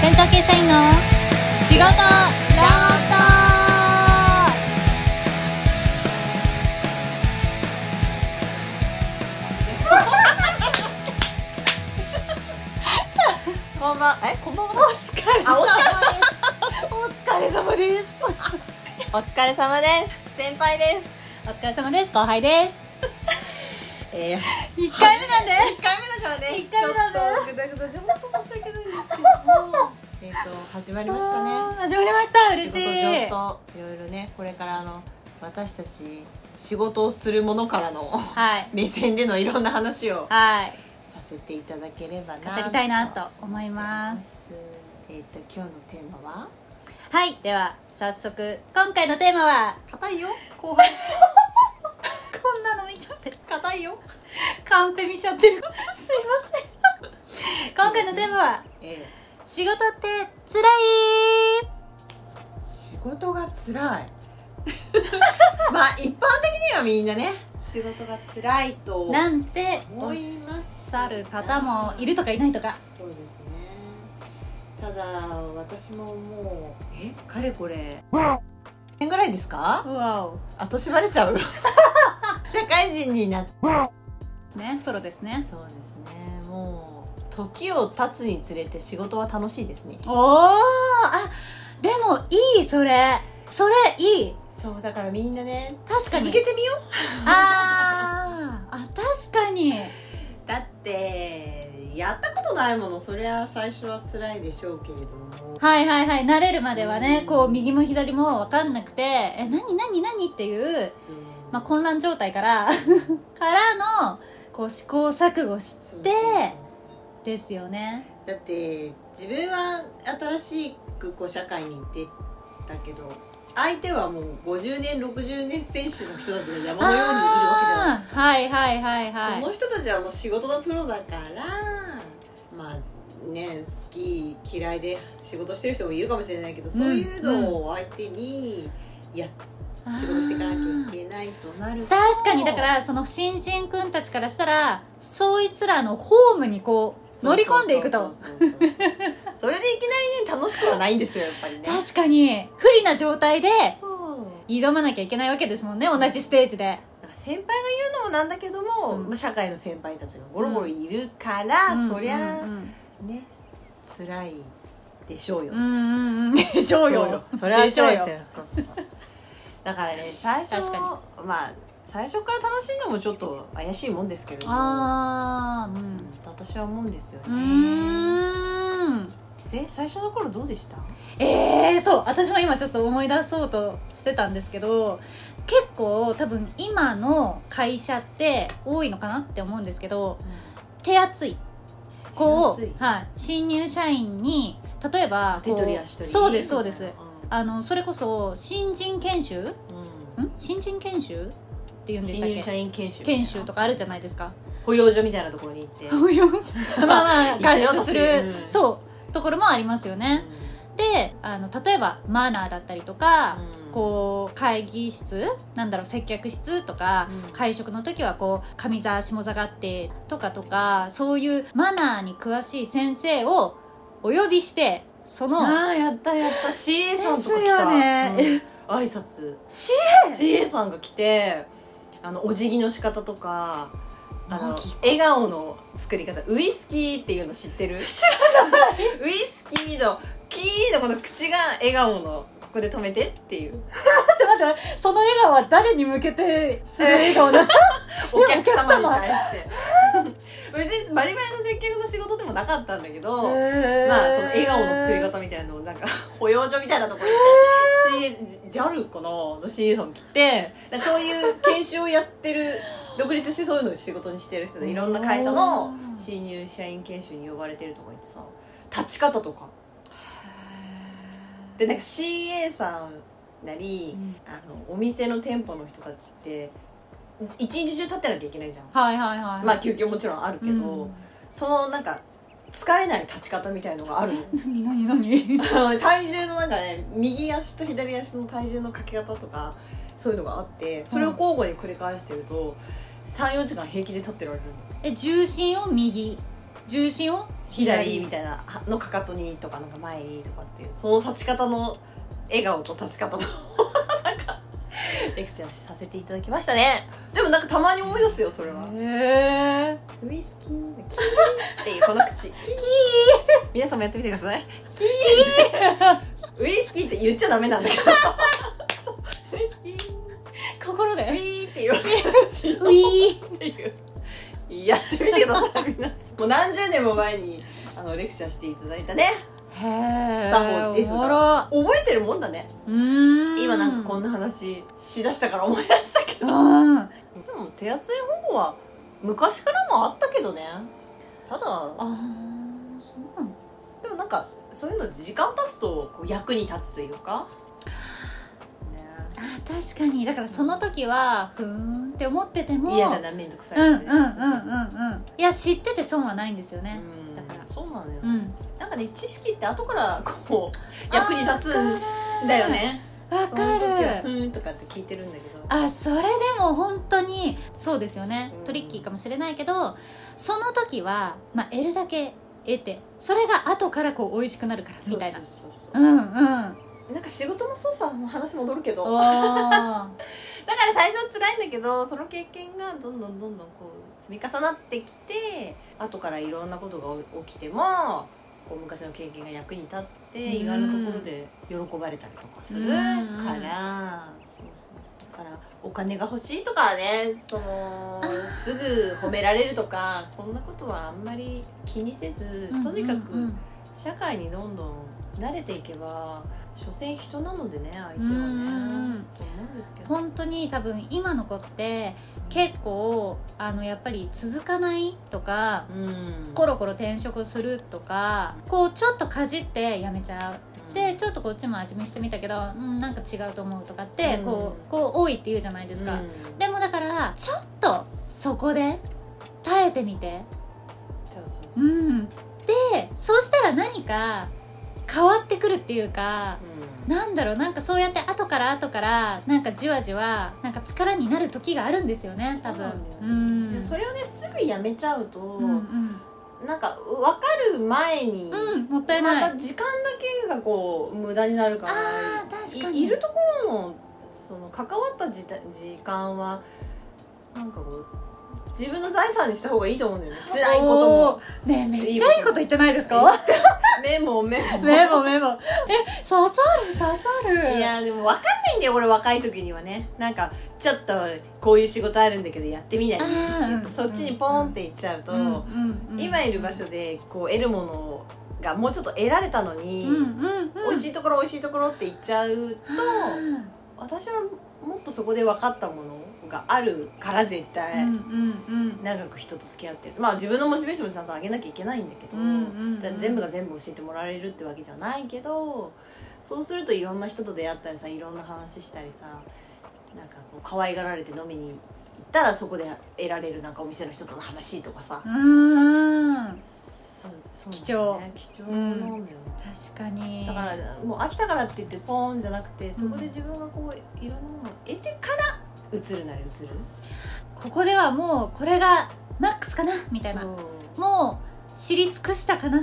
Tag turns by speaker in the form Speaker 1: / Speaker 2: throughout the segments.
Speaker 1: 戦闘系社員の仕事ちょっと
Speaker 2: こんばんえこんばんは
Speaker 1: お疲れ
Speaker 2: あお疲
Speaker 1: れ様ですお疲れ様です
Speaker 2: お疲れ様です先輩です
Speaker 1: お疲れ様です後輩です
Speaker 2: えー、
Speaker 1: 一回目なんで
Speaker 2: 一回目だからね
Speaker 1: 一回目なんだ
Speaker 2: ちょっとグダグダで本当申し訳ないんですけどもえっと始まりましたね
Speaker 1: 始まりました嬉しい
Speaker 2: 仕事ちょっといろいろねこれからあの私たち仕事をするものからの
Speaker 1: はい
Speaker 2: 目線でのいろんな話を
Speaker 1: はい
Speaker 2: させていただければな
Speaker 1: 語りたいなと思います
Speaker 2: えっと今日のテーマは
Speaker 1: はいでは早速今回のテーマは
Speaker 2: 硬いよ後輩
Speaker 1: こんなの見ちゃって
Speaker 2: 硬いよ
Speaker 1: カンペ見ちゃってるすいません今回のテーマは
Speaker 2: ええ
Speaker 1: 仕事って辛い
Speaker 2: 仕事が辛い まあ一般的にはみんなね仕事が辛いと
Speaker 1: なんてお
Speaker 2: 思
Speaker 1: っ
Speaker 2: います
Speaker 1: しゃる方もいるとかいないとか
Speaker 2: そうですねただ私ももうえかれこれ年ぐらいですか
Speaker 1: わお
Speaker 2: あ年バレちゃ う社会人になって
Speaker 1: ねプロですね
Speaker 2: そうですねもう時を経つにつれて仕事は楽しいですね
Speaker 1: おおあでもいいそれそれいい
Speaker 2: そうだからみんなね
Speaker 1: 確かに
Speaker 2: てみよ
Speaker 1: あーあ確かに
Speaker 2: うだってやったことないものそりゃ最初は辛いでしょうけれども
Speaker 1: はいはいはい慣れるまではね
Speaker 2: うん
Speaker 1: こう右も左も分かんなくてえ何何何っていう、
Speaker 2: そう
Speaker 1: まあ、混乱状態からからのこう試行錯誤し
Speaker 2: そう
Speaker 1: て
Speaker 2: そう
Speaker 1: ですよね
Speaker 2: だって自分は新しくこう社会に出たけど相手はもう50年60年選手の人たちが山のようにいるわけじゃない
Speaker 1: あーはいはいはいはい
Speaker 2: その人たちはもう仕事のプロだからまあね好き嫌いで仕事してる人もいるかもしれないけど、そういうのを相手にやっ仕事していかなきゃいけないとなると
Speaker 1: 確かにだからその新人くんたちからしたらそいつらのホームにこう乗り込んでいくと
Speaker 2: そうそうそうそうそれでいきなりね楽しくはないんですよやっぱりね
Speaker 1: 確かに不利な状態で
Speaker 2: そう
Speaker 1: 挑まなきゃいけないわけですもんね同じステージで
Speaker 2: なんか先輩が言うのもなんだけども、
Speaker 1: うん
Speaker 2: まあ、社会の先輩たちがゴロゴロいるから、そりゃ、
Speaker 1: うんうん
Speaker 2: ね辛いでしょうよ、
Speaker 1: うんうんうんでしょうよ
Speaker 2: そうそれは
Speaker 1: でしょう
Speaker 2: 辛い
Speaker 1: よ
Speaker 2: ですよだからね最初
Speaker 1: 確
Speaker 2: まあ最初から楽しいのもちょっと怪しいもんですけれども
Speaker 1: あーう
Speaker 2: うん
Speaker 1: ん
Speaker 2: 私は思うんですよ
Speaker 1: う
Speaker 2: ね
Speaker 1: ーん
Speaker 2: え最初の頃どうでした
Speaker 1: えー、そう私も今ちょっと思い出そうとしてたんですけど結構多分今の会社って多いのかなって思うんですけど手厚いこ、
Speaker 2: 手厚いう
Speaker 1: はい、新入社員に例えば
Speaker 2: 手
Speaker 1: こ
Speaker 2: 取り
Speaker 1: う
Speaker 2: 足取り
Speaker 1: そうですそうです
Speaker 2: う
Speaker 1: あのそれこそ新人研修ん
Speaker 2: ん
Speaker 1: 新人研修って言うんでし
Speaker 2: 新入
Speaker 1: たっ
Speaker 2: 社員研修
Speaker 1: け研修とかあるじゃないですか
Speaker 2: 保養所みた いなところに 行って、
Speaker 1: そういうまあまあ
Speaker 2: いた
Speaker 1: 合
Speaker 2: よ
Speaker 1: 宿する、
Speaker 2: 私うん
Speaker 1: そうところもありますよね、であの例えばマナーだったりとか、
Speaker 2: うん
Speaker 1: こう会議室なんだろう接客室とか、
Speaker 2: うん
Speaker 1: 会食の時はこう上座下座があってとかとかそういうマナーに詳しい先生をお呼びしてその
Speaker 2: ああやったやった CA さ
Speaker 1: で
Speaker 2: んとか
Speaker 1: す
Speaker 2: 来た、
Speaker 1: よね
Speaker 2: うん、挨拶
Speaker 1: CA
Speaker 2: CA さんが来てあのお辞儀の仕方とかあの
Speaker 1: マジ
Speaker 2: 笑顔の作り方ウイスキーっていうの知ってる知らないウイスキーのキーのこの口が笑顔のここで止めてっていう
Speaker 1: ちょっと待ってその笑顔は誰に向けてする笑顔 なの
Speaker 2: お客様に対して 別にバリバリの接客の仕事でもなかったんだけど、まあその笑顔の作り方みたいなのを なんか保養所みたいなところに行って CA ジ JAL かなの CA さん来てなんかそういう研修をやってる独立してそういうのを仕事にしてる人でいろんな会社の新入社員研修に呼ばれてるとか言ってさ立ち方とかでなんか CA さんな
Speaker 1: う
Speaker 2: り、
Speaker 1: ん
Speaker 2: あのお店の店舗の人たちって一日中立ってなきゃいけないじゃん、
Speaker 1: はいはいはい
Speaker 2: まあ休憩もちろんあるけど、
Speaker 1: うん
Speaker 2: そのなんか疲れない立ち方みたいのがあるの
Speaker 1: 何何何
Speaker 2: あの 体重のなんかね右足と左足の体重のかけ方とかそういうのがあってそれを交互に繰り返してると34時間平気で立ってられるの
Speaker 1: え重心を右重心を
Speaker 2: 左みたいなのかかとにとかなんか前にとかっていうその立ち方の笑顔と立ち方の なんかレクチャーさせていただきましたねでもなんかたまに思い出すよそれは、
Speaker 1: へえ
Speaker 2: ウイスキーキーっていうこの口皆さんもやってみてくださいキーウイスキーって言っちゃダメなんだけどそうウイスキー
Speaker 1: 心で
Speaker 2: ウィーっていう口
Speaker 1: ウィー
Speaker 2: っていうやってみてください皆さんもう何十年も前にあのレクチャーしていただいたね
Speaker 1: へえ
Speaker 2: 作法ですが
Speaker 1: おもろ
Speaker 2: 覚えてるもんだね
Speaker 1: うーん
Speaker 2: 今なんかこんな話しだしたから思い出したけど、
Speaker 1: うん
Speaker 2: でも手厚い方は昔からもあったけどねただ
Speaker 1: あーそうなんだ
Speaker 2: でもなんかそういうのって時間経つとこう役に立つというかね
Speaker 1: あー確かにだからその時はふーんって思ってても
Speaker 2: 嫌だな面倒くさい
Speaker 1: うんうんう
Speaker 2: み
Speaker 1: ん
Speaker 2: たい
Speaker 1: うん
Speaker 2: な
Speaker 1: うんいや知ってて損はないんですよね
Speaker 2: うん
Speaker 1: だから
Speaker 2: そうなのよ、
Speaker 1: うん
Speaker 2: なんかね知識って後からこう役に立つんだよね
Speaker 1: わか
Speaker 2: その時はふ
Speaker 1: る
Speaker 2: ーんとかって聞いてるんだけど
Speaker 1: あそれでも本当にそうですよね
Speaker 2: うん
Speaker 1: トリッキーかもしれないけどその時は、まあ、得るだけ得てそれが後からこう美味しくなるからみたいな
Speaker 2: そうそうそう
Speaker 1: う
Speaker 2: そうん
Speaker 1: うん
Speaker 2: なんか仕事もそうさもう話戻るけど
Speaker 1: おー
Speaker 2: だから最初は辛いんだけどその経験がどんどんどんどんこう積み重なってきて後からいろんなことが起きてもこう昔の経験が役に立っ
Speaker 1: う
Speaker 2: て
Speaker 1: ん
Speaker 2: 意外なところで喜ばれたりとかする
Speaker 1: うん
Speaker 2: からそうそうそうだからお金が欲しいとかねその
Speaker 1: あー
Speaker 2: すぐ褒められるとかそんなことはあんまり気にせず とにか
Speaker 1: うんうんう
Speaker 2: く
Speaker 1: ん
Speaker 2: 社会にどんどん慣れていけば所詮人なのでね相手はね
Speaker 1: うんうんうん
Speaker 2: と思うんですけど。
Speaker 1: 本当に多分今の子って結構あのやっぱり続かないとか
Speaker 2: うん
Speaker 1: コロコロ転職するとかこうちょっとかじってやめちゃうでちょっとこっちも味見してみたけど、うん、なんか違うと思うとかって
Speaker 2: うん
Speaker 1: こう,、こう多いって言うじゃないですか、
Speaker 2: うん
Speaker 1: でもだからちょっとそこで耐えてみて
Speaker 2: そうそう
Speaker 1: う
Speaker 2: そう、うん
Speaker 1: んでそうしたら何か変わってくるっていうかなんだろうなんかそうやって後から後からなんかじわじわなんか力になる時があるんですよね多分
Speaker 2: そう
Speaker 1: うん
Speaker 2: でもそれをねすぐやめちゃうと、
Speaker 1: うんうん
Speaker 2: なんか分かる前に、
Speaker 1: うんもったいない、
Speaker 2: んか時間だけがこう無駄になるから
Speaker 1: あー確かに
Speaker 2: いいるところのその関わった時間時間はなんかこう自分の財産にした方がいいと思うんだよね辛いこと
Speaker 1: お
Speaker 2: も
Speaker 1: ーねえめっちゃいいこと言ってないですか
Speaker 2: メモメモ
Speaker 1: メモメモえ刺さる刺さる
Speaker 2: いやでも分かんないんだよ俺若い時にはねなんかちょっとこういう仕事あるんだけどやってみない
Speaker 1: あーうん
Speaker 2: そっちにポーンっていっちゃうと、
Speaker 1: うんうんうん
Speaker 2: 今いる場所でこう得るものがもうちょっと得られたの
Speaker 1: う
Speaker 2: に、
Speaker 1: んうんうん
Speaker 2: 美味しいところ美味しいところって言っちゃうと
Speaker 1: あ
Speaker 2: 私はもっとそこで分かったものがあるから絶
Speaker 1: ー
Speaker 2: 対、
Speaker 1: うんうんうん
Speaker 2: 長く人と付き合ってるまあ自分のモチベーションもちゃんと上げなきゃいけないんだけど、
Speaker 1: うんうんうん
Speaker 2: だから全部が全部教えてもらえるってわけじゃないけどそうするといろんな人と出会ったりさいろんな話したりさなんかこう可愛がられて飲みに行ったらそこで得られるなんかお店の人との話とかさ、
Speaker 1: うーん
Speaker 2: そうそう
Speaker 1: 貴重
Speaker 2: なんだよね貴重なんだよね、
Speaker 1: 確かに
Speaker 2: だからもう飽きたからって言ってポーンじゃなくてそこで自分がこういろんなものを得てから移るなり移る
Speaker 1: ここではもうこれがマックスかなみたいな
Speaker 2: そう
Speaker 1: もう知り尽くしたかな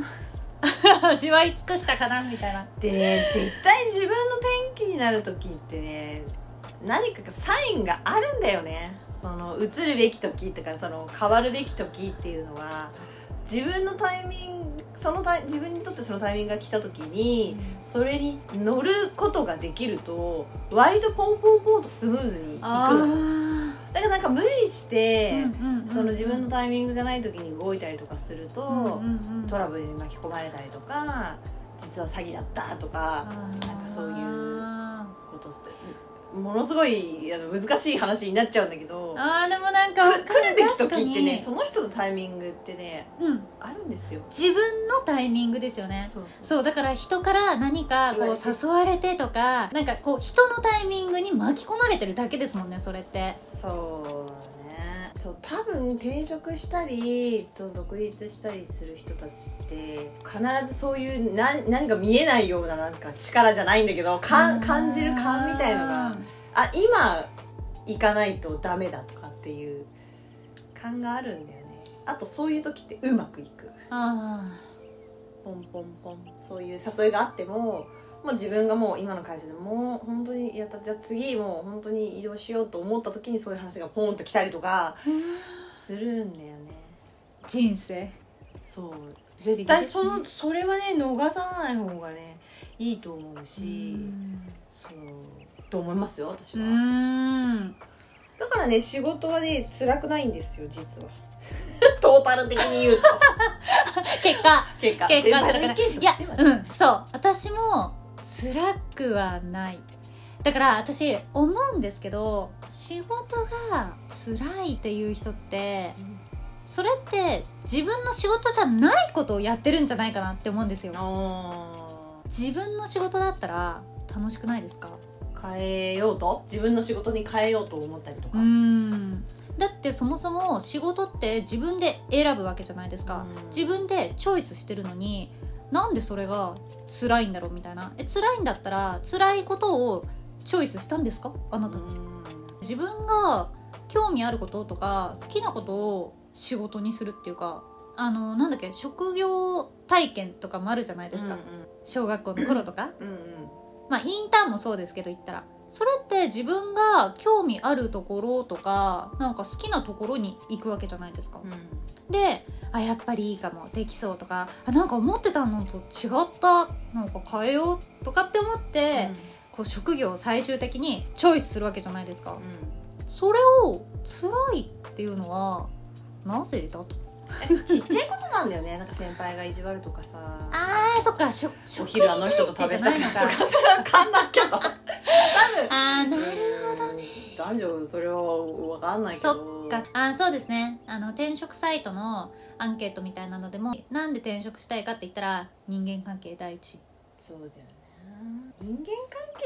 Speaker 1: 味わい尽くしたかなみたいな
Speaker 2: でね絶対自分の転機になる時ってね何かサインがあるんだよねその移るべき時とかその変わるべき時っていうのは自分のタイミングそのタイ自分にとってそのタイミングが来た時に、それに乗ることができると割とポンポンポンとスムーズにいく
Speaker 1: あ
Speaker 2: のよだからなんか無理して、
Speaker 1: ー
Speaker 2: その自分のタイミングじゃない時に動いたりとかすると、
Speaker 1: うんうんうん
Speaker 2: トラブルに巻き込まれたりとか実は詐欺だったとかなんかそういう
Speaker 1: あ
Speaker 2: ことってものすごいあの難しい話になっちゃうんだけど
Speaker 1: ーあーでもなん
Speaker 2: く
Speaker 1: かわか
Speaker 2: 来るべき
Speaker 1: 確
Speaker 2: 時っ
Speaker 1: か
Speaker 2: てね
Speaker 1: に
Speaker 2: その人のタイミングってね
Speaker 1: うん
Speaker 2: あるんですよ。
Speaker 1: 自分のタイミングですよね
Speaker 2: そうそう
Speaker 1: そうだから人から何か
Speaker 2: 言
Speaker 1: こう
Speaker 2: われて
Speaker 1: 誘われてとかなんかこう人のタイミングに巻き込まれてるだけですもんねそれって
Speaker 2: そうねそう多分転職したりその独立したりする人たちって必ずそういう何何か見えないようななんか力じゃないんだけど感感じる感みたいのがあ今行かないとダメだとかっていう感があるんだよねあとそういう時ってうまくいく
Speaker 1: あ
Speaker 2: ポンポンポンそういう誘いがあってももう自分がもう今の会社でもう本当にやったじゃあ次もう本当に移動しようと思った時にそういう話がポンと来たりとかするんだよね
Speaker 1: あ人生
Speaker 2: そう
Speaker 1: 議
Speaker 2: 絶対そ
Speaker 1: です
Speaker 2: のそれはね逃さない方がねいいと思うしそうと思いますよ私
Speaker 1: う
Speaker 2: は、
Speaker 1: ん
Speaker 2: だからね仕事はね辛くないんですよ実は トータル的 に言うと
Speaker 1: 結果
Speaker 2: 結果
Speaker 1: 結果
Speaker 2: 先
Speaker 1: 辛
Speaker 2: 輩の意見
Speaker 1: くない
Speaker 2: としてはい
Speaker 1: やうんそう私も辛くはないだから私思うんですけど仕事が辛いっていう人ってそれって自分の仕事じゃないことをやってるんじゃないかなって思うんですよ
Speaker 2: あ
Speaker 1: 自分の仕事だったら楽しくないですか
Speaker 2: ー変えようと自分の仕事に変えようと思ったりと
Speaker 1: う
Speaker 2: か、
Speaker 1: ーんだってそもそも仕事って自分で選ぶわけじゃないですか、
Speaker 2: うん
Speaker 1: 自分でチョイスしてるのになんでそれが辛いんだろうみたいなえ辛いんだったら辛いことをチョイスしたんですかあなた、
Speaker 2: うん
Speaker 1: 自分が興味あることとか好きなことを仕事にするっていうかあのなんだっけ職業体験とかもあるじゃないですか、小学校の頃とか
Speaker 2: うんうん
Speaker 1: まあ、インターンもそうですけど言ったらそれって自分が興味あるところとかなんか好きなところに行くわけじゃないですか、
Speaker 2: うん
Speaker 1: であやっぱりいいかもできそうとかあなんか思ってたのと違ったなんか変えようとかって思って、こう職業を最終的にチョイスするわけじゃないですか、
Speaker 2: うん
Speaker 1: それを辛いっていうのはなぜだと
Speaker 2: うんちっちゃいことなんだよねなんか先輩が意地悪とかさ
Speaker 1: あーそっかしょ
Speaker 2: お
Speaker 1: 職に
Speaker 2: 昼あの
Speaker 1: 対
Speaker 2: 人と
Speaker 1: して
Speaker 2: 食
Speaker 1: じ
Speaker 2: べ
Speaker 1: ゃ
Speaker 2: した
Speaker 1: ないのか
Speaker 2: くないとかさわかんないけど多分
Speaker 1: あーなる
Speaker 2: 男女それは分かんないけど
Speaker 1: そがあそうですねあの転職サイトのアンケートみたいなのでもなんで転職したいかって言ったら人間関係第一
Speaker 2: そうだよね人間関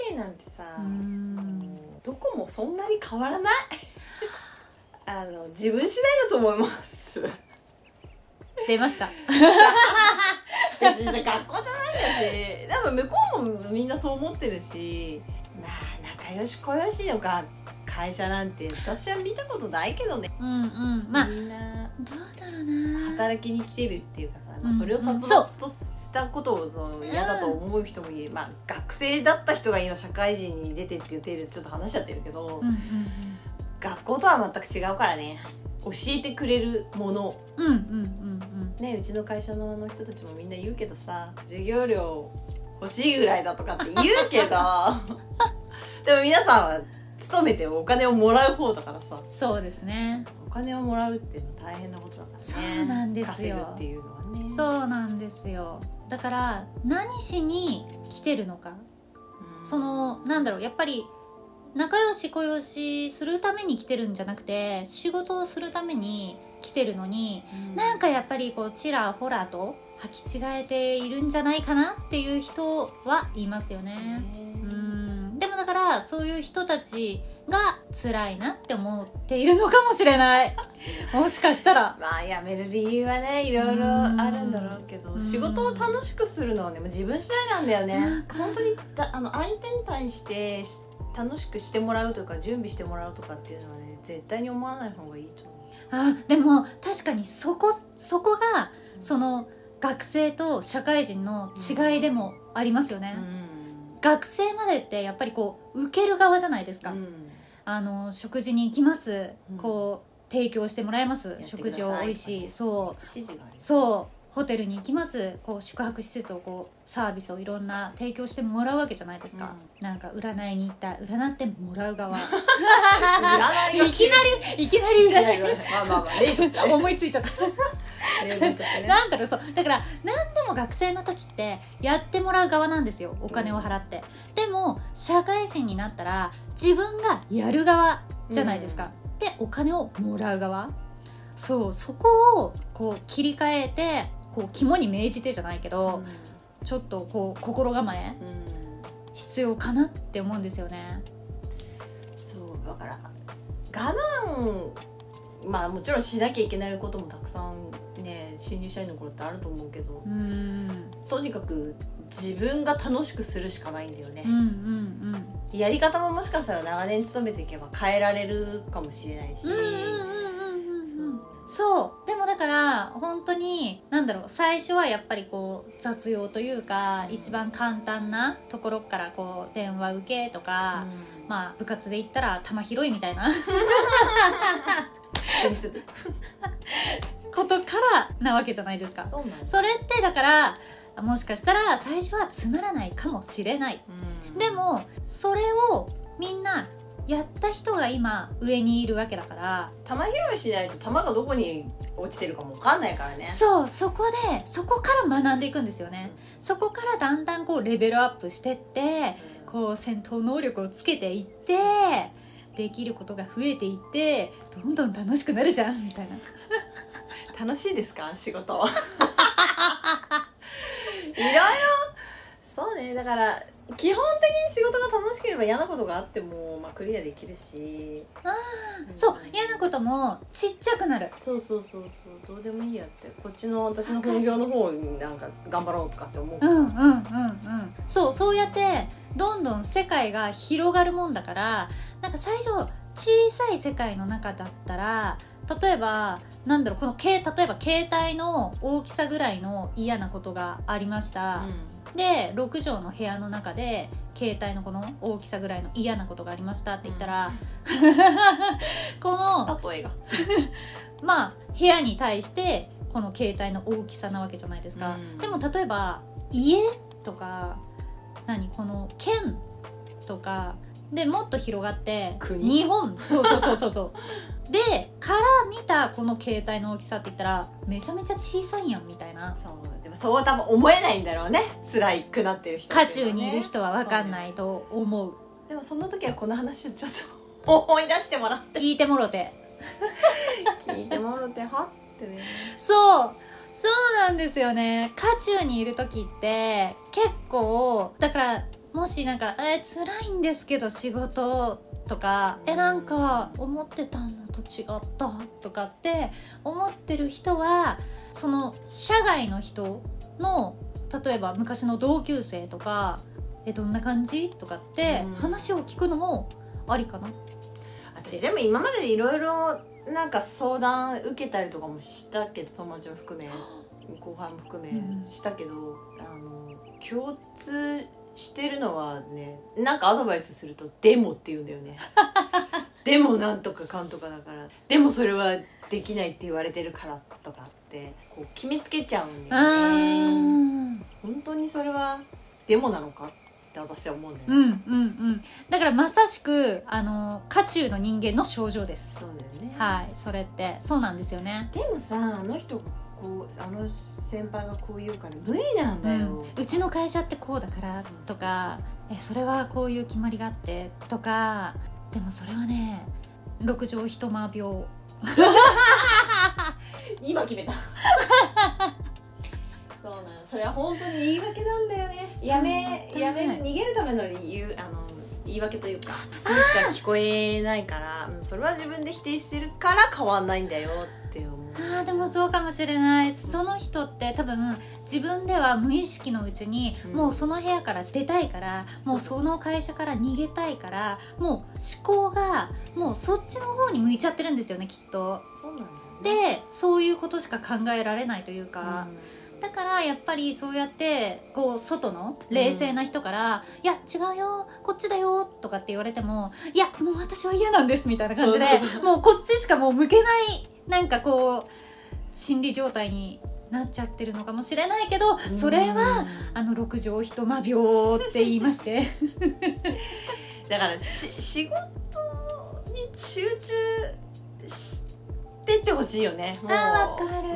Speaker 2: 係なんてさ
Speaker 1: うん
Speaker 2: もうどこもそんなに変わらない あの自分次第だと思います別
Speaker 1: 出ました
Speaker 2: に学校じゃないんだし多分向こうもみんなそう思ってるしまあ仲良し小良しのが会社なんて私は見たことないけどね
Speaker 1: うんうんまあ
Speaker 2: みんな
Speaker 1: どうだろうな
Speaker 2: 働きに来てるっていうかさ、ま
Speaker 1: う
Speaker 2: あ、
Speaker 1: ん
Speaker 2: それを殺
Speaker 1: そう
Speaker 2: 伐としたことをその嫌だと思う人もいる、まあ、学生だった人が今社会人に出てっていう程度でちょっと話しちゃってるけど、
Speaker 1: うん
Speaker 2: 学校とは全く違うからね教えてくれるもの
Speaker 1: うんうんうんうん
Speaker 2: ねうちの会社のあの人たちもみんな言うけどさ授業料欲しいぐらいだとかって言うけ どでも皆さんは勤めてお金をもらう方だからさ
Speaker 1: うんそうですね
Speaker 2: お金をもらうっていうのは大変なことだからね
Speaker 1: そうなんですよ
Speaker 2: 稼ぐっていうのはね
Speaker 1: そうなんですよだから何しに来てるのか
Speaker 2: うん
Speaker 1: そのなんだろうやっぱり仲良し小良しするために来てるんじゃなくて仕事をするために来てるのになんかやっぱりこうちらほらと履き違えているんじゃないかなっていう人はいますよね。うんでもだからそういう人たちが辛いなって思っているのかもしれない。もしかしたら。
Speaker 2: まあ辞める理由はねいろいろあるんだろうけど
Speaker 1: うん
Speaker 2: 仕事を楽しくするのはねもう自分次第なんだよ
Speaker 1: な
Speaker 2: ね
Speaker 1: んか
Speaker 2: 本当にだあの相手に対してし楽しくしてもらうとか準備してもらうとかっていうのはね絶対に思わない方がいいと思
Speaker 1: あでも確かにそこそこがその学生と社会人の違いでもありますよね。
Speaker 2: う、
Speaker 1: 学生までってやっぱりこう受ける側じゃないですか。
Speaker 2: うん
Speaker 1: あの食事に行きます、
Speaker 2: うん
Speaker 1: こう提供してもらいます
Speaker 2: ってく
Speaker 1: 食
Speaker 2: ださい
Speaker 1: 事を美味しいそう
Speaker 2: 指示がある
Speaker 1: そうホテルに行きますこう宿泊施設をこうサービスをいろんな提供してもらうわけじゃないですか、なんか占いに行った占ってもらう側 い
Speaker 2: 占いが
Speaker 1: きなりいきなり
Speaker 2: 嫌
Speaker 1: 占
Speaker 2: い
Speaker 1: い
Speaker 2: がない まあまあまあ例として ね
Speaker 1: 思いついちゃった
Speaker 2: 例文としてね
Speaker 1: なんだろうそうだから何でも学生の時ってやってもらう側なんですよお金を払って、でも社会人になったら自分がやる側じゃないですか、でお金をもらう側そうそこをこう切り替えてこう肝に銘じてじゃないけ
Speaker 2: う
Speaker 1: ど、
Speaker 2: ん
Speaker 1: ちょっとこう心構え
Speaker 2: うん
Speaker 1: 必要かなって思うんですよね
Speaker 2: そうだから我慢まあもちろんしなきゃいけないこともたくさんね新入社員の頃ってあると思うけど
Speaker 1: うーん
Speaker 2: とにかく自分が楽しくするしかないんだよね
Speaker 1: うんう、ん
Speaker 2: やり方ももしかしたら長年勤めていけば変えられるかもしれないし、
Speaker 1: うんうんうんうんうんうんうん
Speaker 2: そう
Speaker 1: そうでもだから本当に何だろう最初はやっぱりこう雑用というか一番簡単なところからこう電話受けとか、
Speaker 2: あ
Speaker 1: まあ部活で言ったら球拾いみたいな
Speaker 2: テニス部
Speaker 1: ことからなわけじゃないですか
Speaker 2: そうなんです
Speaker 1: それってだからもしかしたら最初はつまらないかもしれないでもそれをみんなやった人が今上にいるわけだから
Speaker 2: 玉拾いしないと玉がどこに落ちてるかもわかんないからね
Speaker 1: そうそこでそこから学んでいくんですよねそこからだんだんこうレベルアップしてって
Speaker 2: うん
Speaker 1: こう戦闘能力をつけていってできることが増えていってどんどん楽しくなるじゃんみたいな
Speaker 2: 楽しいですか 仕事いろいろそうねだから基本的に仕事が楽しければ嫌なことがあっても、まあ、クリアできるしん
Speaker 1: そう嫌なこともちっちゃくなる
Speaker 2: そうそうそうそうどうでもいいやってこっちの私の本業の方になんか頑張ろうとかって思う、
Speaker 1: うんうんうんうんそうそうやってどんどん世界が広がるもんだからなんか最初小さい世界の中だったら例えばなんだろうこのけ例えば携帯の大きさぐらいの嫌なことがありました、で6畳の部屋の中で携帯のこの大きさぐらいの嫌なことがありましたって言ったら、 この
Speaker 2: 例えが
Speaker 1: まあ部屋に対してこの携帯の大きさなわけじゃないですか、
Speaker 2: うん
Speaker 1: でも例えば家とか何この県とかでもっと広がって
Speaker 2: 国
Speaker 1: 日本そうそうそうそうそう でから見たこの携帯の大きさって言ったらめちゃめちゃ小さいやんみたいな
Speaker 2: そうでもそうは多分思えないんだろうね辛いくなってる人
Speaker 1: 渦
Speaker 2: ってい
Speaker 1: 中
Speaker 2: うのはね
Speaker 1: にいる人は分かんないと思う
Speaker 2: でもそんな時はこの話をちょっと 思い出しても らって
Speaker 1: 聞いてもろて
Speaker 2: 聞いてもらってはってね
Speaker 1: そうそうなんですよね渦中にいる時って結構だからもしなんか「えー、辛いんですけど仕事」とか「えなんか思ってたのと違った」とかって思ってる人はその社外の人の例えば昔の同級生とか「えどんな感じ?」とかって
Speaker 2: うん
Speaker 1: 話を聞くのもありかな
Speaker 2: 私でも今までいろいろなんか相談受けたりとかもしたけど友達も含め後輩も含
Speaker 1: うん
Speaker 2: めしたけど、あの共通してるのはねなんかアドバイスすると「でも」って言うんだ よね。でもなんとかかんとかだからでもそれはできないって言われてるからとかってこう決めつけちゃうん
Speaker 1: う
Speaker 2: だよね。
Speaker 1: ーん
Speaker 2: 本当にそれはでもなのかって私は思うんだよ
Speaker 1: う
Speaker 2: ね。
Speaker 1: んうんうんだからまさしくあの渦中の人間の症状です
Speaker 2: そうだよね、
Speaker 1: はいそれってそうなんですよね
Speaker 2: でもさあの人こうあの先輩がこう言うから無理なんだよ、
Speaker 1: うんうちの会社ってこうだからとかえそれはこういう決まりがあってとかでもそれはね六畳一間病
Speaker 2: 今決めたそうなんそれは本当に言い訳なんだよねやめ
Speaker 1: そう
Speaker 2: やめる
Speaker 1: 本当
Speaker 2: 逃げるための理由あの言い訳という かそれしか聞こえないからうんそれは自分で否定してるから変わんないんだよって思う
Speaker 1: あーでもそうかもしれないその人って多分自分では無意識のうちに、
Speaker 2: うん
Speaker 1: もうその部屋から出たいからもう
Speaker 2: そ
Speaker 1: その会社から逃げたいからもう思考がもうそっちの方に向いちゃってるんですよねきっと。
Speaker 2: そうなんだよね
Speaker 1: でそういうことしか考えられないというか、だからやっぱりそうやってこう外の冷静な人から「いや違うよこっちだよ」とかって言われても「いやもう私は嫌なんです」みたいな感じで
Speaker 2: そうそうそ
Speaker 1: もうこっちしかもう向けないなんかこう心理状態になっちゃってるのかもしれないけど、
Speaker 2: うん
Speaker 1: それはあの六畳一間病って言いまして
Speaker 2: だからし仕事に集中してってほしいよねもう
Speaker 1: あーわかる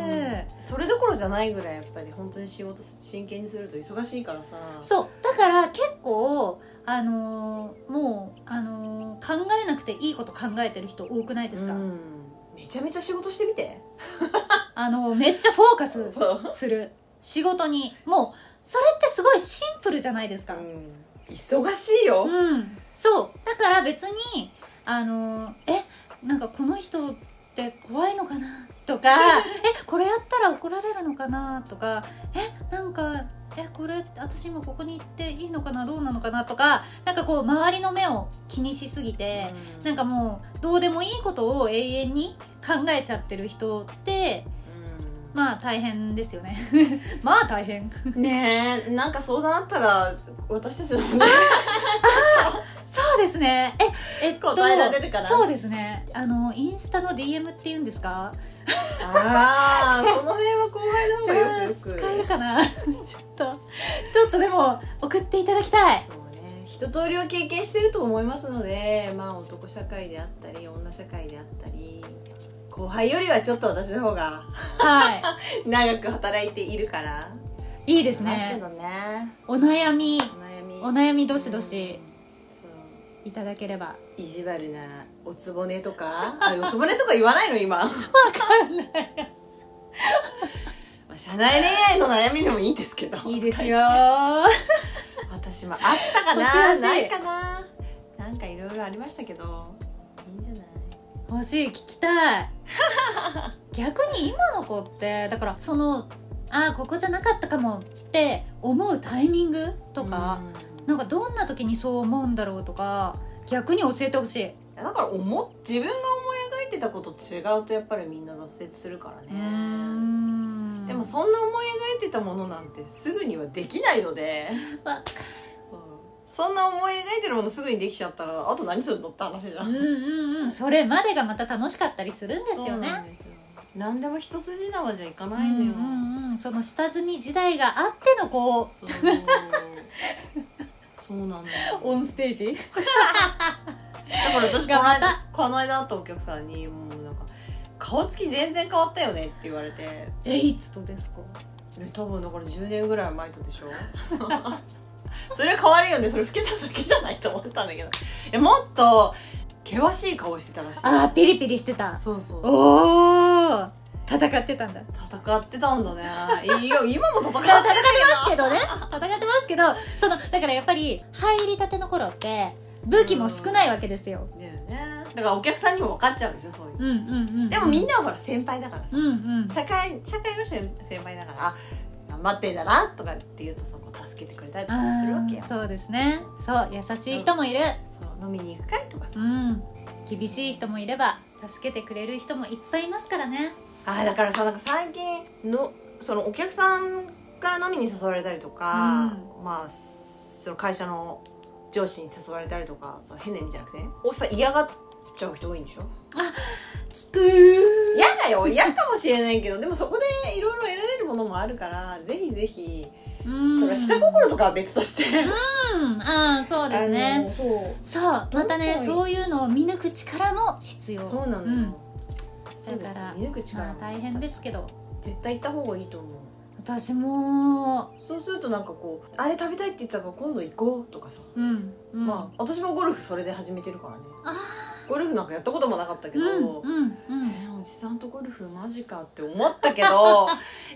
Speaker 2: うんそれどころじゃないぐらいやっぱり本当に仕事真剣にすると忙しいからさ
Speaker 1: そうだから結構あのーもう、あのー考えなくていいこと考えてる人多くないですか、
Speaker 2: うんめちゃめちゃ仕事してみて
Speaker 1: あの、めっちゃフォーカス
Speaker 2: そう
Speaker 1: する。仕事に。もう、それってすごいシンプルじゃないですか。うん。
Speaker 2: ん忙しいよ、
Speaker 1: そう。だから別に、あの、え、なんかこの人って怖いのかなとか、え、これやったら怒られるのかなとか、え、なんかえこれ私今ここに行っていいのかなどうなのかなとかなんかこう周りの目を気にしすぎて、なんかもうどうでもいいことを永遠に考えちゃってる人って
Speaker 2: う
Speaker 1: まあ大変ですよね まあ大変
Speaker 2: んねえなんか相談あったら私たちのね
Speaker 1: そうですねええっと
Speaker 2: 答えられるかな
Speaker 1: そうですねあのインスタの DM っていうんですか
Speaker 2: ああその辺は後輩の方がよくよく
Speaker 1: 使えるかな ちょっとちょっとでも送っていただきたい
Speaker 2: そうね一通りは経験してると思いますのでまあ男社会であったり女社会であったり後輩よりはちょっと私の方が
Speaker 1: は
Speaker 2: 長く働いているから
Speaker 1: いいいです
Speaker 2: ますけ
Speaker 1: ね
Speaker 2: どね
Speaker 1: お悩み
Speaker 2: お悩み
Speaker 1: お悩みどしどし
Speaker 2: そう
Speaker 1: いただければ
Speaker 2: 意地悪なおつぼねとかあおつぼねとか言わないの今わかんない まあ社内恋愛の悩みでもいいですけど
Speaker 1: いいですよ
Speaker 2: 私もあったか な
Speaker 1: 欲しい欲しい
Speaker 2: ないかななんかいろいろありましたけどいいんじゃない
Speaker 1: 欲しい聞きた い逆に今の子ってだからそのあーここじゃなかったかもって思うタイミングとか、
Speaker 2: うん
Speaker 1: なんかどんな時にそう思うんだろうとか逆に教えてほしい、
Speaker 2: いやだから思っ自分が思い描いてたことと違うとやっぱりみんな挫折するから
Speaker 1: うー
Speaker 2: ね
Speaker 1: ん
Speaker 2: でもそんな思い描いてたものなんてすぐにはできないので
Speaker 1: わか
Speaker 2: そんな思い描いてるものすぐにできちゃったらあと何するのって話じゃん
Speaker 1: うんうんうんそれまでがまた楽しかったりするんですよね
Speaker 2: そうなんですよ何でも一筋縄じゃいか
Speaker 1: う
Speaker 2: ないの
Speaker 1: ん
Speaker 2: よ、
Speaker 1: うんうんその下積み時代があってのこう
Speaker 2: そうそうなのだ か
Speaker 1: オンステージ
Speaker 2: ら私こ
Speaker 1: が
Speaker 2: の
Speaker 1: ま
Speaker 2: 間
Speaker 1: た
Speaker 2: この間会ったお客さんにもうなんか「顔つき全然変わったよね」って言われてね
Speaker 1: えいつとですか
Speaker 2: 多分だから10年ぐらい前とでしょ それは変わるよねそれ老けただけじゃないと思ったんだけどえもっと険しい顔してたらしい
Speaker 1: あーピリピリしてた
Speaker 2: そうそうそう
Speaker 1: おお戦ってたんだ
Speaker 2: 戦ってたんだねいや今も戦
Speaker 1: 戦っ
Speaker 2: っ
Speaker 1: て
Speaker 2: てる
Speaker 1: ますけどね戦ってますけどそのだからやっぱり入りたての頃って武器も少ないわけですよ
Speaker 2: だよねだからお客さんにも分かっちゃうでしょそういう、
Speaker 1: うんうんうん
Speaker 2: でもみんなはほら先輩だからさ、
Speaker 1: うんうん
Speaker 2: 社会社会の先先輩だからあ頑張ってんだなとかって言うとそこ助けてくれたりとかするわけよ
Speaker 1: あーそうですねそう優しい人もいる
Speaker 2: そう飲みに行くかいとかさ、
Speaker 1: うん厳しい人もいれば助けてくれる人もいっぱいいますからね
Speaker 2: あーだからさなんか最近のそのお客さんから飲みに誘われたりとか、まあその会社の上司に誘われたりとかその変な意味じゃなくてねおっさん嫌がっちゃう人多いんでしょ
Speaker 1: 聞くー
Speaker 2: 嫌だよ嫌かもしれないけどでもそこでいろいろ得られるものもあるからぜひぜひ
Speaker 1: うん
Speaker 2: それは下心とかは別として
Speaker 1: うんああそうです
Speaker 2: あ
Speaker 1: ね
Speaker 2: のそう
Speaker 1: そうまた
Speaker 2: どんどんい
Speaker 1: ね
Speaker 2: い
Speaker 1: そういうのを見抜く力も必要
Speaker 2: そうなのよ、
Speaker 1: ん
Speaker 2: そうで
Speaker 1: だ
Speaker 2: す
Speaker 1: から
Speaker 2: 見抜く力
Speaker 1: まあ
Speaker 2: も
Speaker 1: 大変ですけど
Speaker 2: 絶対行った方がいいと思う
Speaker 1: 私も
Speaker 2: そうするとなんかこうあれ食べたいって言ってたから今度行こうとかさ、
Speaker 1: うん、うん、
Speaker 2: まあ私もゴルフそれで始めてるからね
Speaker 1: あ
Speaker 2: ゴルフなんかやったこともなかったけ
Speaker 1: う
Speaker 2: ど、
Speaker 1: んうんうん
Speaker 2: えーおじさんとゴルフマジかって思った けど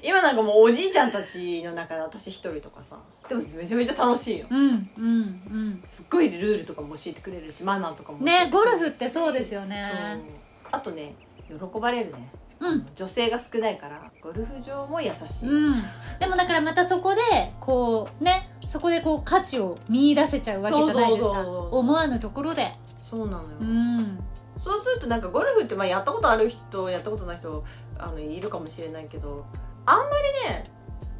Speaker 2: 今なんかもうおじいちゃんたちの中で私一人とかさでもめちゃめちゃ楽しいよ
Speaker 1: うんうん
Speaker 2: すっごいルールとかも教えてくれるしマナーとかも
Speaker 1: うん
Speaker 2: 教え
Speaker 1: ね
Speaker 2: てく
Speaker 1: ゴ
Speaker 2: れるし
Speaker 1: ルフってそうですよね
Speaker 2: そうあとね喜ばれるね、
Speaker 1: うん
Speaker 2: 女性が少ないからゴルフ場も優しい、
Speaker 1: うんでもだからまたそこでこうねそこでこう価値を見出せちゃうわけじゃないです
Speaker 2: そうそ
Speaker 1: か
Speaker 2: うそうそう
Speaker 1: 思わぬところで
Speaker 2: そうなのよ、
Speaker 1: うん
Speaker 2: そうするとなんかゴルフってまあやったことある人やったことない人あのいるかもしれないけどあんまりね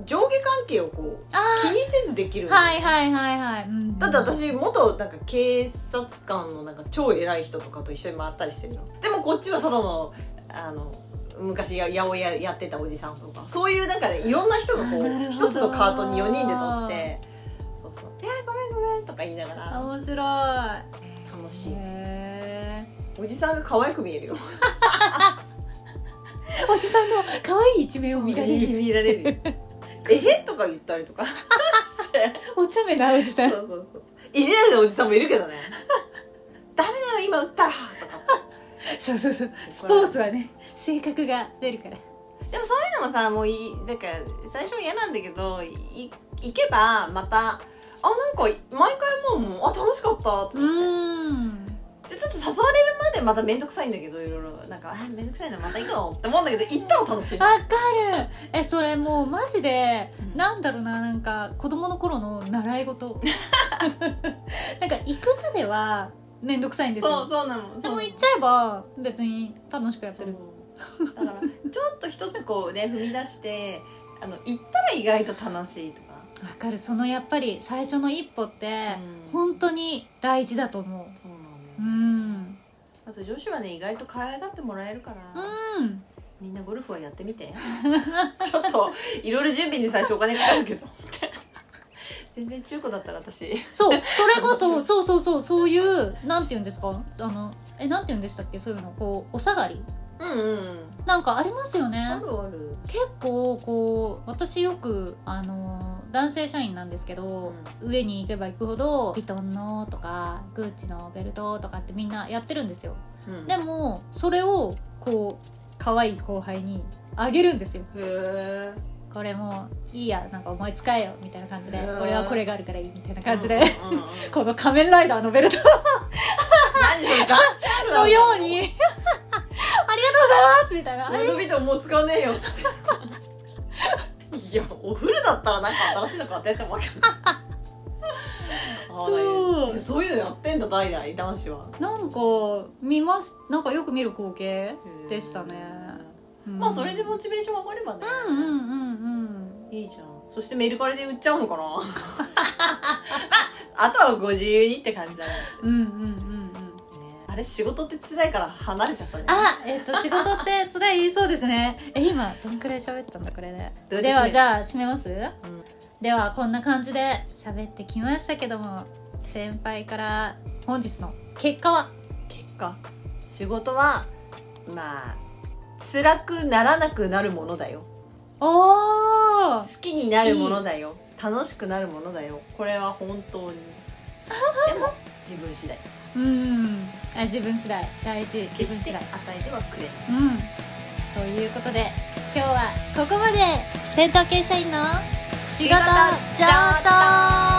Speaker 2: 上下関係をこう
Speaker 1: あ
Speaker 2: 気にせずできる
Speaker 1: ー
Speaker 2: の
Speaker 1: はいはいはいはい、うん、
Speaker 2: だって私元なんか警察官のなんか超偉い人とかと一緒に回ったりしてるのでもこっちはただのあの昔や八百屋やってたおじさんとかそういうなんかねいろんな人がこ
Speaker 1: あなるほ
Speaker 2: う
Speaker 1: ど
Speaker 2: 一つのカートに4人で乗って「そうそういやごめんごめん」とか言いながら
Speaker 1: 面白
Speaker 2: 楽
Speaker 1: い
Speaker 2: しい
Speaker 1: へー
Speaker 2: おじさんが可愛く見えるよ
Speaker 1: おじさんの可愛い一面を見られる
Speaker 2: 見られる よえへとか言ったり とかして
Speaker 1: お茶目なおじさん
Speaker 2: そうそうそう意地悪なおじさんもいるけどね 「ダメだよ今打ったら」とか
Speaker 1: そうそうそうスポーツはね性格が出るから
Speaker 2: でもそういうのもさもういいなんか最初は嫌なんだけどい行けばまたあなんか毎回もうもうあ楽しかったと
Speaker 1: う
Speaker 2: 思って
Speaker 1: ーん
Speaker 2: でちょっと誘われるまでまた面倒くさいんだけどいろいろなんかあ面倒くさいなまた行くのって思うんだけど行ったら楽しいの
Speaker 1: わかるえそれもうマジで、
Speaker 2: うん
Speaker 1: なんだろうななんか子供の頃の習い事 なんか行くまでは面倒くさいんですよ
Speaker 2: そうそうなの
Speaker 1: で
Speaker 2: そう
Speaker 1: も行っちゃえば別に楽しくやってる
Speaker 2: そうだからちょっと一つこうね 踏み出してあの行ったら意外と楽しいとか、
Speaker 1: わかるそのやっぱり最初の一歩って
Speaker 2: うん
Speaker 1: 本当に大事だと思う
Speaker 2: そうなのよ
Speaker 1: うん
Speaker 2: あと女子はね意外と可愛がってもらえるから、
Speaker 1: うん
Speaker 2: みんなゴルフはやってみて ちょっといろいろ準備に最初お金かかるけど 全然中古だったら私
Speaker 1: そうそれこそそうそうそうそういうなんて言うんですかあのえなんて言うんでしたっけそういうのこうお下がり
Speaker 2: うんうん
Speaker 1: なんかありますよね
Speaker 2: あるある、
Speaker 1: 結構こう私よくあの男性社員なんですけど、上に行けば行くほどヴィトンのとかグッチのベルトとかってみんなやってるんですよ
Speaker 2: うん
Speaker 1: でもそれをこう可愛い後輩にあげるんですよ
Speaker 2: へ
Speaker 1: これもういいやなんか思いつかえよみたいな感じで
Speaker 2: へー
Speaker 1: 俺はこれがあるからいいみたいな
Speaker 2: え
Speaker 1: 感じで、
Speaker 2: うん うんうん
Speaker 1: この仮面ライダーのベルト
Speaker 2: 何それガチある
Speaker 1: のようにありがとうございますみ たいな
Speaker 2: ムードビジョンもう使わねえよっていやお風呂だったらなんか新しいの買ってってもわけ
Speaker 1: そう
Speaker 2: そういうのやってんだ代々男子は
Speaker 1: なんか見ますなんかよく見る光景でしたね、うん
Speaker 2: まあそれでモチベーション上がればね
Speaker 1: うんうんうんうん
Speaker 2: いいじゃんそしてメルカリで売っちゃうのかな まああとはご自由にって感じだね
Speaker 1: うんうんうんうん
Speaker 2: あれ仕事って辛いから離れちゃったね
Speaker 1: あえっ、と仕事って辛いそうですねえ今どんくらい喋ったんだこれ
Speaker 2: ど
Speaker 1: で
Speaker 2: うで
Speaker 1: で
Speaker 2: しょう
Speaker 1: はじゃあ締めます
Speaker 2: うん
Speaker 1: ではこんな感じで喋ってきましたけども先輩から本日の結果は
Speaker 2: 結果仕事はまあ辛くならなくなるものだよ
Speaker 1: お
Speaker 2: 好きになるものだよ楽しくなるものだよこれは本当にでも自分次第
Speaker 1: うんあ自分次第大事自分
Speaker 2: 決し
Speaker 1: 次
Speaker 2: て
Speaker 1: 第
Speaker 2: 与えてはくれな
Speaker 1: う
Speaker 2: い
Speaker 1: んということで今日はここまで戦闘系社員の仕事上等